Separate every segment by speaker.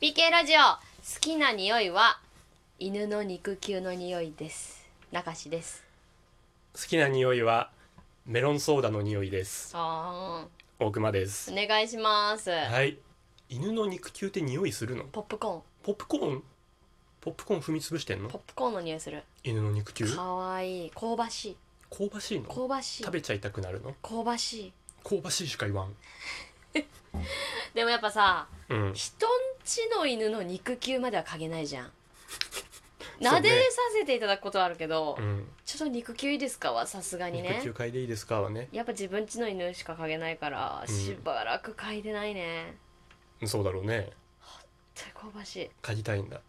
Speaker 1: PK ラジオ好きな匂いは犬の肉球の匂いです中志です
Speaker 2: 好きな匂いはメロンソーダの匂いです
Speaker 1: あ
Speaker 2: 大熊で
Speaker 1: お
Speaker 2: す
Speaker 1: 願いします、
Speaker 2: はい犬の肉球って匂いするの
Speaker 1: ポップコ
Speaker 2: ポップコーンポップコーン踏みつぶしてん
Speaker 1: ーンポッ
Speaker 2: の
Speaker 1: プコーンの匂いする
Speaker 2: 犬の肉球
Speaker 1: かわいい香ばしい
Speaker 2: 香ばしいの
Speaker 1: 香ばしい
Speaker 2: 食べちゃいたくなるの
Speaker 1: 香ばしい
Speaker 2: 香ばしいしか言わん
Speaker 1: でもやっぱさ
Speaker 2: うん
Speaker 1: 人んちの犬の肉球までは嗅げないじゃん、
Speaker 2: ね
Speaker 1: 撫でさせていただくことはあるけど、
Speaker 2: うん
Speaker 1: ちょっと肉球いいですかはさすがに
Speaker 2: 肉
Speaker 1: ね
Speaker 2: 球嗅いでいいですかはね
Speaker 1: やっぱ自分ちの犬しか嗅げないから
Speaker 2: うん
Speaker 1: しばらく嗅いでないね、
Speaker 2: そうだろうね
Speaker 1: 絶対香ばしい
Speaker 2: 嗅ぎたいんだ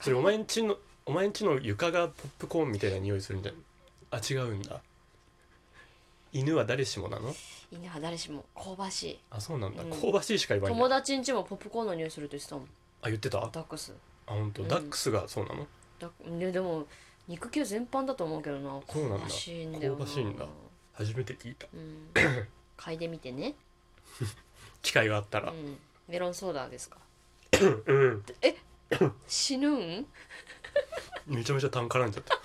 Speaker 2: それお前ん ちのお前んちの床がポップコーンみたいな匂いするんじゃんあ違うんだ犬は誰しもなの
Speaker 1: 犬は誰しも香ばしい
Speaker 2: あそうなんだ、
Speaker 1: うん
Speaker 2: 香ばしいしか言わん
Speaker 1: 友
Speaker 2: ない
Speaker 1: 達んちもポップコーンの匂いするって言ってたもん
Speaker 2: あ言ってたあ
Speaker 1: ダックス
Speaker 2: 本当、
Speaker 1: うん
Speaker 2: ダックスがそうなの
Speaker 1: ダッねでも肉球全般だと思うけどな
Speaker 2: そうなんだ
Speaker 1: 香ばしいんだよな
Speaker 2: 香ばしいんだ初めて聞いた
Speaker 1: うん嗅いでみてね、
Speaker 2: 機会があった
Speaker 1: う
Speaker 2: ら
Speaker 1: ん、メロンソーダですか
Speaker 2: うん、
Speaker 1: 死ぬん
Speaker 2: めちゃめちゃ痰絡んじゃった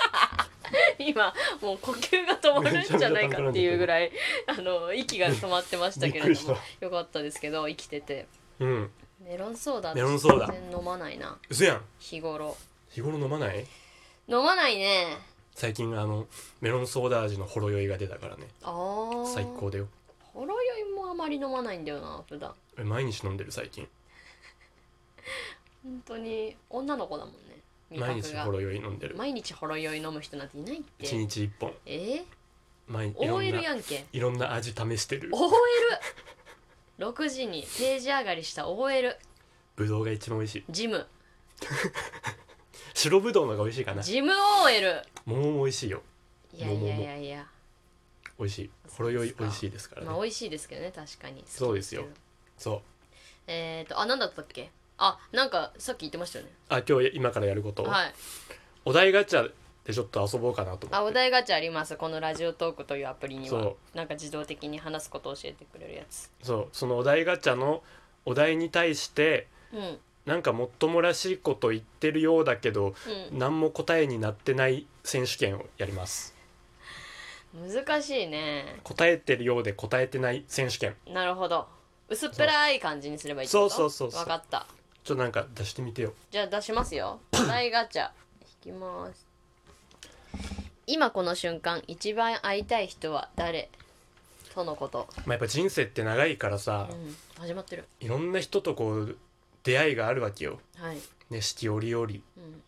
Speaker 1: 今もう呼吸が止まるんじゃないかっていうぐら いあの息が止まってましたけ
Speaker 2: び
Speaker 1: れ
Speaker 2: っ
Speaker 1: ど
Speaker 2: くり
Speaker 1: もよかったですけど生きてて
Speaker 2: うん
Speaker 1: メロンソーダ
Speaker 2: メロンソーダ
Speaker 1: 全然飲まないな
Speaker 2: 嘘やん
Speaker 1: 日頃
Speaker 2: 日頃飲まない
Speaker 1: 飲まないね
Speaker 2: 最近あのメロンソーダ味のほろ酔いが出たからね
Speaker 1: あー
Speaker 2: 最高だよ
Speaker 1: ほろ酔いもあまり飲まないんだよな普段
Speaker 2: え毎日飲んでる最近
Speaker 1: 本当に女の子だもんね味
Speaker 2: 毎
Speaker 1: 覚
Speaker 2: 日
Speaker 1: が
Speaker 2: ほろ酔い飲んでる
Speaker 1: 毎日ほろ酔い飲む人なんていないっ
Speaker 2: 一
Speaker 1: て
Speaker 2: 日一本
Speaker 1: え
Speaker 2: 毎い
Speaker 1: ー、
Speaker 2: ろん
Speaker 1: OL
Speaker 2: な
Speaker 1: やんけ
Speaker 2: いろんな味試してる
Speaker 1: OL6 時に定時上がりした OL
Speaker 2: ぶどうが一番美味しい
Speaker 1: ジム
Speaker 2: 白ぶどうの方が美味しいかな
Speaker 1: ジム OL
Speaker 2: 桃も美味しいよ
Speaker 1: いやいやいやいや
Speaker 2: 美味しいほ
Speaker 1: そう
Speaker 2: ろ
Speaker 1: ですか
Speaker 2: 酔い美味しいですからね、
Speaker 1: まあ美味しいですけどね確かに
Speaker 2: そうですよ
Speaker 1: 好きけど
Speaker 2: そう
Speaker 1: えっ、ー、とあ何だったっけあなんかさっき言ってましたよね
Speaker 2: あ今日今からやること、
Speaker 1: はい
Speaker 2: お題ガチャでちょっと遊ぼうかなと
Speaker 1: あ
Speaker 2: 思
Speaker 1: お
Speaker 2: って
Speaker 1: 題ガチャありますこのラジオトークというアプリには
Speaker 2: そ
Speaker 1: なんか自動的に話すことを教えてくれるやつ
Speaker 2: そうそのお題ガチャのお題に対して
Speaker 1: うんうん
Speaker 2: なんかもっともらしいこと言ってるようだけど何も答えになってない選手権をやります
Speaker 1: 難しいね
Speaker 2: 答えてるようで答えてない選手権
Speaker 1: なるほど薄っぺらい感じにすればいいってこと
Speaker 2: そうそうそうそう
Speaker 1: 分かった
Speaker 2: ちょっとなんか出してみてよ
Speaker 1: じゃあ出します よお題ガチャ引きます今この瞬間一番会いたい人は誰とのこと、
Speaker 2: まあ、やっぱ人生って長いからさ、
Speaker 1: うん、始まってる
Speaker 2: いろんな人とこう出会いがあるわけよ、
Speaker 1: はい、
Speaker 2: ね、四季折々、
Speaker 1: うん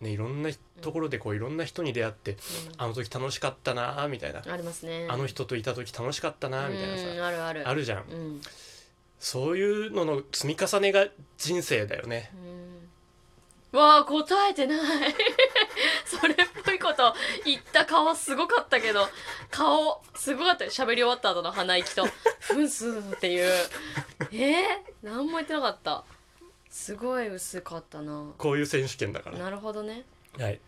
Speaker 2: ね、いろんなところでこういろんな人に出会って、
Speaker 1: う
Speaker 2: あの時楽しかったなーみたいな、
Speaker 1: ん、ありますね
Speaker 2: あの人といた時楽しかったなーみたいなさ、
Speaker 1: うんあるある
Speaker 2: あるじゃん
Speaker 1: うん
Speaker 2: そういうのの積み重ねが人生だよね
Speaker 1: うんわあ答えてない それっぽいこと言った顔すごかったけど顔すごかったよ喋り終わった後の鼻息とふんすーっていうえー、何も言ってなかったすごい薄かったな
Speaker 2: こういう選手権だから
Speaker 1: なるほどね
Speaker 2: はい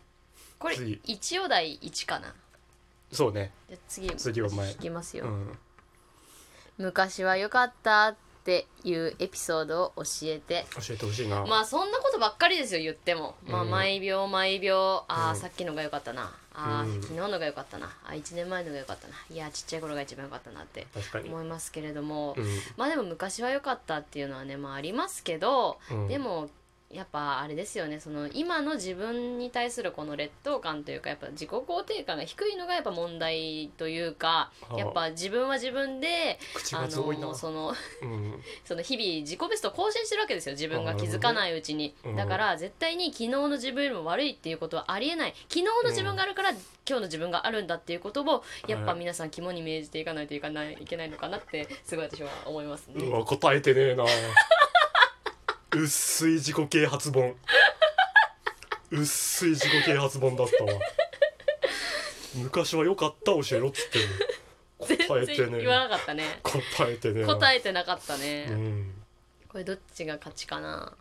Speaker 1: これ
Speaker 2: 次
Speaker 1: 一お題1かな
Speaker 2: そうね
Speaker 1: じゃあ次
Speaker 2: 次お前
Speaker 1: 私引きます
Speaker 2: う
Speaker 1: よ、
Speaker 2: ん
Speaker 1: 昔は良かったっていうエピソードを教えて
Speaker 2: 教えてほしいな、
Speaker 1: まあそんなことばっかりですよ言っても、まあ、
Speaker 2: うん
Speaker 1: 毎秒毎秒ああ、
Speaker 2: うん
Speaker 1: さっきのが良かったなああ、
Speaker 2: うん
Speaker 1: 昨日のが良かったなあ1年前のが良かったないやちっちゃい頃が一番良かったなって
Speaker 2: 確かに、
Speaker 1: 思いますけれども、
Speaker 2: う
Speaker 1: まあでも昔は良かったっていうのはねまあありますけど、
Speaker 2: んうん、
Speaker 1: でもやっぱあれですよねその今の自分に対するこの劣等感というかやっぱ自己肯定感が低いのがやっぱ問題というか
Speaker 2: はあ
Speaker 1: やっぱ自分は自分で
Speaker 2: 口
Speaker 1: あ
Speaker 2: がすごいな、
Speaker 1: のその
Speaker 2: うん、
Speaker 1: その日々自己ベストを更新してるわけですよ自分が気づかないうちに、
Speaker 2: あなるほどねうん
Speaker 1: だから絶対に昨日の自分よりも悪いっていうことはありえない昨日の自分があるから、今日の自分があるんだっていうことをやっぱ皆さん肝に銘じていかないといかないいけないのかなってすごい私は思いますね。
Speaker 2: うわ答えてね えな薄い自己啓発本薄い自己啓発本だったわ昔は良かった教えろっつってんの答え
Speaker 1: 全
Speaker 2: て
Speaker 1: 然
Speaker 2: ね
Speaker 1: 言
Speaker 2: え
Speaker 1: わなかったね。
Speaker 2: 答えてねえな
Speaker 1: 答えてなかったね。
Speaker 2: うん
Speaker 1: これどっちが勝ちかな。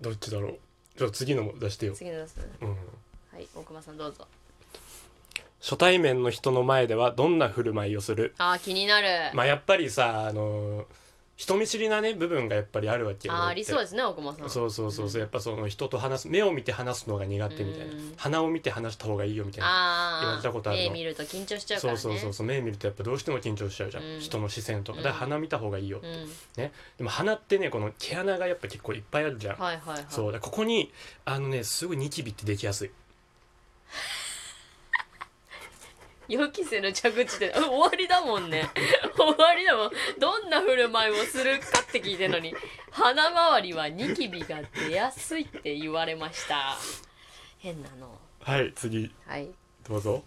Speaker 2: どっちだろうじゃあ次のも出してよ、
Speaker 1: 次の出す。
Speaker 2: うん、
Speaker 1: はい、大熊さんどうぞ。
Speaker 2: 初対面の人の前ではどんな振る舞いをする
Speaker 1: ああ気になる。
Speaker 2: まあやっぱりさあのー人見知りなね部分がやっぱりあるわけよ
Speaker 1: あーありそう
Speaker 2: で
Speaker 1: ですね奥間さん
Speaker 2: そうそうそうそうやっぱその人と話す目を見て話すのが苦手みたいな
Speaker 1: うん
Speaker 2: 鼻を見て話した方がいいよみたいな言わ
Speaker 1: あ
Speaker 2: れ
Speaker 1: あ
Speaker 2: たことあるの
Speaker 1: 目見ると緊張しちゃうか
Speaker 2: そ
Speaker 1: ら
Speaker 2: う
Speaker 1: ね
Speaker 2: そうそうそう目見るとやっぱどうしても緊張しちゃうじゃん、
Speaker 1: うん
Speaker 2: 人の視線とか
Speaker 1: うん
Speaker 2: だから鼻見た方がいいよ、
Speaker 1: うん
Speaker 2: でも鼻ってねこの毛穴がやっぱ結構いっぱいあるじゃん、
Speaker 1: はいはいはい
Speaker 2: そうだからここにあのねすごいニキビってできやすい
Speaker 1: 予期せぬ着地であ 終わりだもんね 終わりだもんどんな振る舞いをするかって聞いてるのに鼻周りはニキビが出やすいって言われました変なの
Speaker 2: はい次
Speaker 1: はい
Speaker 2: どうぞ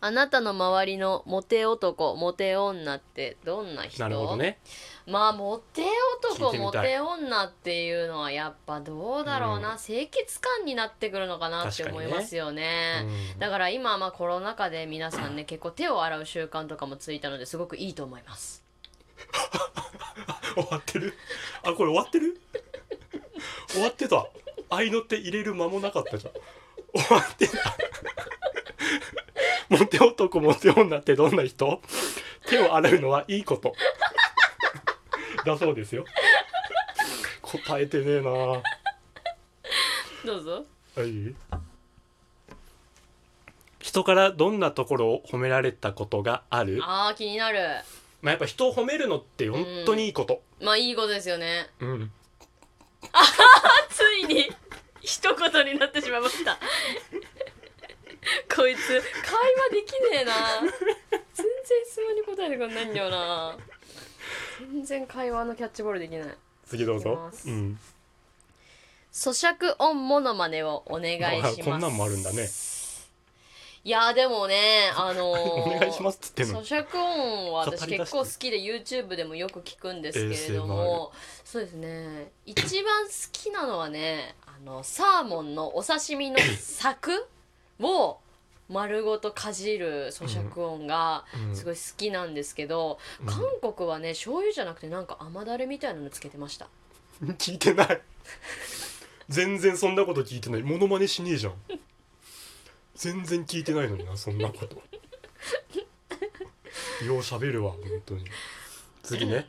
Speaker 1: あなたの周りのモテ男モテ女ってどんな人
Speaker 2: なるほどね
Speaker 1: まあモテ
Speaker 2: 聞い
Speaker 1: 男
Speaker 2: てみ
Speaker 1: モ
Speaker 2: たい
Speaker 1: テ女っていうのはやっぱどうだろうな、
Speaker 2: う
Speaker 1: 清潔感になってくるのかなって
Speaker 2: 確か
Speaker 1: 思
Speaker 2: にね
Speaker 1: いますよね
Speaker 2: うん
Speaker 1: だから今はまあコロナ禍で皆さんね結構手を洗う習慣とかもついたのですごくいいと思います
Speaker 2: 終わってるあこれ終わってる終わってた合いの手入れる間もなかったじゃん終わってたモテ男モテ女ってどんな人手を洗うのはいいことだそうですよ答えてねえなは
Speaker 1: どうぞ
Speaker 2: い人からどんなところを褒められたことがある
Speaker 1: あー気になる
Speaker 2: まあやっぱ人を褒めるのって本当にいいこと
Speaker 1: まあいいことですよね
Speaker 2: うん
Speaker 1: ついに一言になってしまいましたこいつ会話できねえな全然質問に答えてくんないんだよな全然会話のキャッチボールできない
Speaker 2: 次どう
Speaker 1: いき
Speaker 2: ぞ
Speaker 1: ま、す
Speaker 2: うん、
Speaker 1: 咀嚼音モノマネをお願いします
Speaker 2: あこんなんもあるんだね
Speaker 1: いやでもねあのー
Speaker 2: お願いしますっつってんのに
Speaker 1: 咀嚼音は私
Speaker 2: 語り出
Speaker 1: 結
Speaker 2: して
Speaker 1: 構好きで YouTube でもよく聞くんですけれどもそうですね一番好きなのはねあのサーモンのお刺身のサクを丸ごとかじる咀嚼音が
Speaker 2: うん
Speaker 1: すごい好きなんですけど、
Speaker 2: うん
Speaker 1: 韓国はね醤油じゃなくてなんか甘だれみたいなのつけてました
Speaker 2: 聞いてない全然そんなこと聞いてないモノマネしねえじゃん全然聞いてないのになそんなことよう喋るわ本当に次ね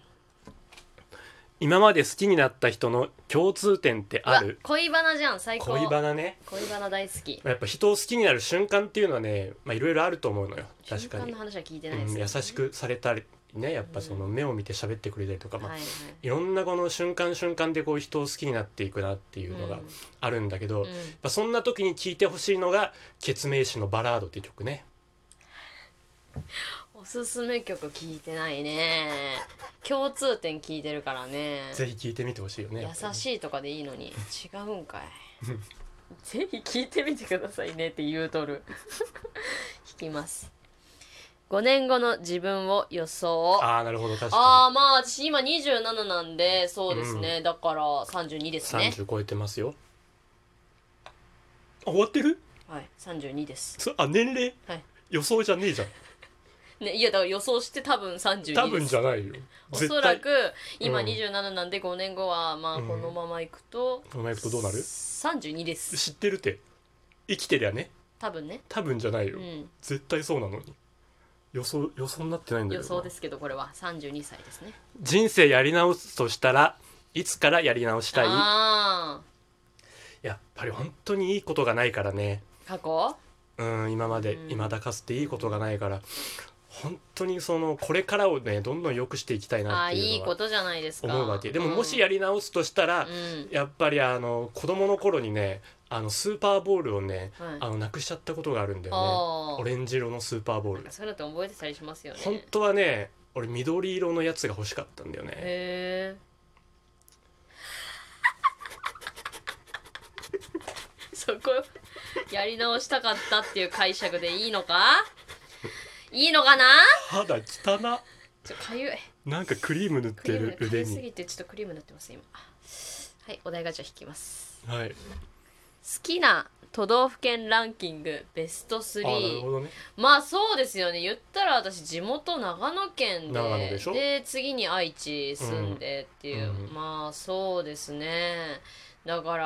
Speaker 2: 今まで好きになった人の共通点ってあ
Speaker 1: うわ
Speaker 2: る
Speaker 1: 恋バナじゃん最高
Speaker 2: 恋バナね
Speaker 1: 恋バナ大好き
Speaker 2: やっぱ人を好きになる瞬間っていうのはねまあいろいろあると思うのよ確か
Speaker 1: 瞬間
Speaker 2: に
Speaker 1: の、話は聞いてないです、
Speaker 2: うん、優しくされたりねやっぱその目を見て喋ってくれたりとか、まあ
Speaker 1: はいはい
Speaker 2: いろんなこの瞬間瞬間でこう人を好きになっていくなっていうのが
Speaker 1: うん
Speaker 2: あるんだけど、
Speaker 1: うん
Speaker 2: やっぱそんな時に聴いてほしいのが「ケツメイシのバラード」っていう曲ね
Speaker 1: おすすめ曲聞いてないね共通点聞いてるからね
Speaker 2: ぜひ聴いてみてほしいよね
Speaker 1: 優しいとかでいいのに違うんかいぜひ聞いてみてくださいねって言うとる 弾きます5年後の自分を予想あ
Speaker 2: ああーなるほど確
Speaker 1: あ
Speaker 2: か
Speaker 1: ーまあ私今27なんでそうですね、だから32です
Speaker 2: に
Speaker 1: ね
Speaker 2: 30超えてますよあ終わってる
Speaker 1: はい32です
Speaker 2: そあ年齢
Speaker 1: はい
Speaker 2: 予想じゃねえじゃん
Speaker 1: ねいやだから予想して多分32です
Speaker 2: 多分じゃないよ
Speaker 1: おそらく今
Speaker 2: うん
Speaker 1: 27なんで5年後はまあ
Speaker 2: うん
Speaker 1: このままいくと、
Speaker 2: お前とどうなる
Speaker 1: 32です
Speaker 2: 知ってるって生きてりゃね
Speaker 1: 多分ね
Speaker 2: 多分じゃないよ、
Speaker 1: うん
Speaker 2: 絶対そうなのに予想予想になってないんだけ
Speaker 1: 予
Speaker 2: どな
Speaker 1: 想ですけどこれは32歳ですね
Speaker 2: 人生やり直すとしたらいつからやり直したい
Speaker 1: あ
Speaker 2: やっぱり本当にいいことがないからね
Speaker 1: あ過去
Speaker 2: うん今まで
Speaker 1: うん
Speaker 2: 未だかつていいことがないから本当にそのこれからをねどんどん良くしていきたい
Speaker 1: あ
Speaker 2: なっ
Speaker 1: あ
Speaker 2: て
Speaker 1: い
Speaker 2: い
Speaker 1: いう
Speaker 2: の
Speaker 1: こ
Speaker 2: は
Speaker 1: とじゃないですか
Speaker 2: 思うわけでも
Speaker 1: ん
Speaker 2: もしやり直すとしたら
Speaker 1: うん
Speaker 2: やっぱりあの子供の頃にねあのスーパーボールをね
Speaker 1: はい
Speaker 2: あのなくしちゃったことがあるんだよね
Speaker 1: あ
Speaker 2: オレンジ色のスーパーボール
Speaker 1: あそういうのって覚えてたりしますよね
Speaker 2: 本当はね俺緑色のやつが欲しかったんだよね
Speaker 1: へ えそこやり直したかったっていう解釈でいいのかいいのかな
Speaker 2: 肌汚な
Speaker 1: ちょかゆい
Speaker 2: なんかクリーム塗っ
Speaker 1: ク
Speaker 2: て
Speaker 1: リームね
Speaker 2: る
Speaker 1: か
Speaker 2: 腕
Speaker 1: ゆす
Speaker 2: に
Speaker 1: ぎてちょっとクリームになってます今はいお題ガチャ引きます
Speaker 2: はい
Speaker 1: 好きな都道府県ランキングベスト
Speaker 2: あなる
Speaker 1: 3
Speaker 2: ほどね
Speaker 1: まあそうですよね言ったら私地元長野県で
Speaker 2: 長野でしょ
Speaker 1: 次に愛知住んでっていう、
Speaker 2: うんうん
Speaker 1: まあそうですねだから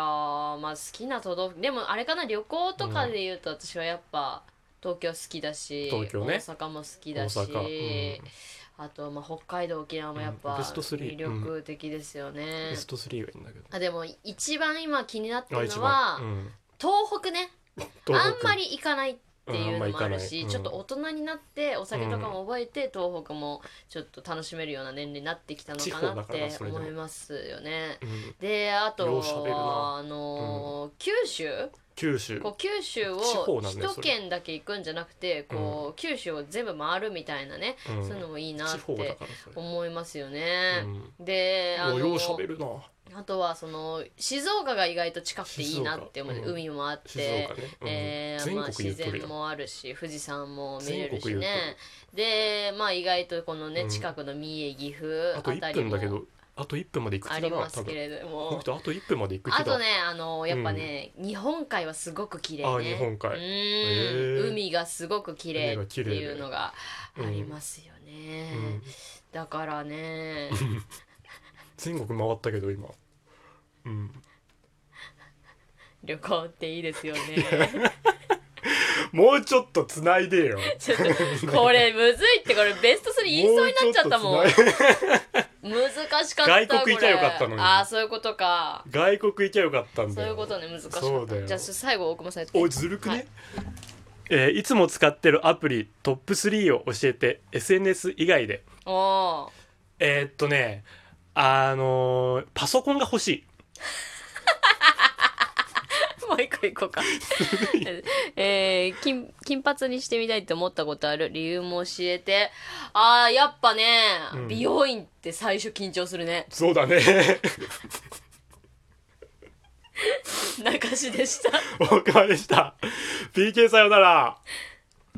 Speaker 1: まあ好きな都道府でもあれかな旅行とかで言うと私はやっぱ東京好きだし、
Speaker 2: 東京ね
Speaker 1: 大阪も好きだし、
Speaker 2: 大阪うん
Speaker 1: あと、まあ、北海道沖縄もやっ
Speaker 2: うん
Speaker 1: ぱ
Speaker 2: ベスト
Speaker 1: 魅
Speaker 2: 3
Speaker 1: 力的ですよね
Speaker 2: ベ、スト3がいいんだけど
Speaker 1: あでも一番今気になって
Speaker 2: あ
Speaker 1: る
Speaker 2: 一
Speaker 1: の
Speaker 2: 番
Speaker 1: は、
Speaker 2: うん
Speaker 1: 東北ね
Speaker 2: 東
Speaker 1: あん
Speaker 2: 北
Speaker 1: まり行かないっていうのもあるし、
Speaker 2: うんあんま行かないうん
Speaker 1: ちょっと大人になってお酒とかも覚えて、東北もちょっと楽しめるような年齢になってきたのか
Speaker 2: 地方
Speaker 1: な
Speaker 2: だ
Speaker 1: っ
Speaker 2: からな
Speaker 1: て
Speaker 2: それでも
Speaker 1: 思いますよね。
Speaker 2: うん
Speaker 1: であと
Speaker 2: よう喋るな
Speaker 1: あのー九州
Speaker 2: 九州
Speaker 1: こう九州
Speaker 2: 地
Speaker 1: を
Speaker 2: 方なんだよ
Speaker 1: 首
Speaker 2: それ
Speaker 1: 都圏だけ行くんじゃなくてこう、九州を全部回るみたいなね、
Speaker 2: うん
Speaker 1: そういうのもいいなっ
Speaker 2: 地方だ
Speaker 1: て
Speaker 2: からそれ
Speaker 1: 思いますよね。
Speaker 2: うん
Speaker 1: であの
Speaker 2: およう
Speaker 1: ー
Speaker 2: 喋るな
Speaker 1: あとはその静岡が意外と近くていいなって思う、
Speaker 2: 静岡うん
Speaker 1: 海もあっ
Speaker 2: 静
Speaker 1: て
Speaker 2: 岡ね、うん
Speaker 1: えーまあ、
Speaker 2: 全国
Speaker 1: 自
Speaker 2: 言っとる
Speaker 1: 然
Speaker 2: やん、
Speaker 1: もあるし富士山も見れる
Speaker 2: 全
Speaker 1: し
Speaker 2: 国言う
Speaker 1: ねでまあ意外とこのね、
Speaker 2: うん
Speaker 1: 近くの三重岐阜
Speaker 2: あと
Speaker 1: あた
Speaker 2: 1
Speaker 1: り
Speaker 2: 分
Speaker 1: も
Speaker 2: だけどあと1分まで行く
Speaker 1: あ
Speaker 2: 気
Speaker 1: り
Speaker 2: だ
Speaker 1: ま
Speaker 2: な
Speaker 1: す
Speaker 2: 多
Speaker 1: け
Speaker 2: 分
Speaker 1: れど
Speaker 2: この
Speaker 1: も
Speaker 2: 人あと1分まで行く気だ
Speaker 1: あとねあのやっぱね、日本海はすごく綺麗ね
Speaker 2: あ日本海
Speaker 1: うん、
Speaker 2: へー
Speaker 1: 海がすごく綺麗っていうのがあ
Speaker 2: 海が綺麗で
Speaker 1: りますよね、
Speaker 2: うん
Speaker 1: だから ね
Speaker 2: 全国回ったけど今うん
Speaker 1: 旅行っていいですよ ね
Speaker 2: もうちょっとつないでよ
Speaker 1: ちょっとこれむずいってこれベスト3言いそうになっちゃったもん
Speaker 2: うちょっとつない
Speaker 1: 難しかった
Speaker 2: 外国行きゃよかったのに
Speaker 1: これああそういうことか
Speaker 2: 外国行きゃよかったんだ
Speaker 1: そう
Speaker 2: よ
Speaker 1: いうことね難しかった
Speaker 2: そうだよ
Speaker 1: じゃあ最後大久保さんやって
Speaker 2: おいずるくね、
Speaker 1: はい
Speaker 2: えーいつも使ってるアプリトップ3を教えて SNS 以外で
Speaker 1: おお
Speaker 2: えーっとねあのーパソコンが欲しい
Speaker 1: ーもう一個行こうか えー、金金髪にしてみたいって思ったことある理由も教えてああやっぱね、
Speaker 2: うん
Speaker 1: 美容院って最初緊張するね
Speaker 2: そうだね
Speaker 1: 中しでした
Speaker 2: お疲れでした PK さよなら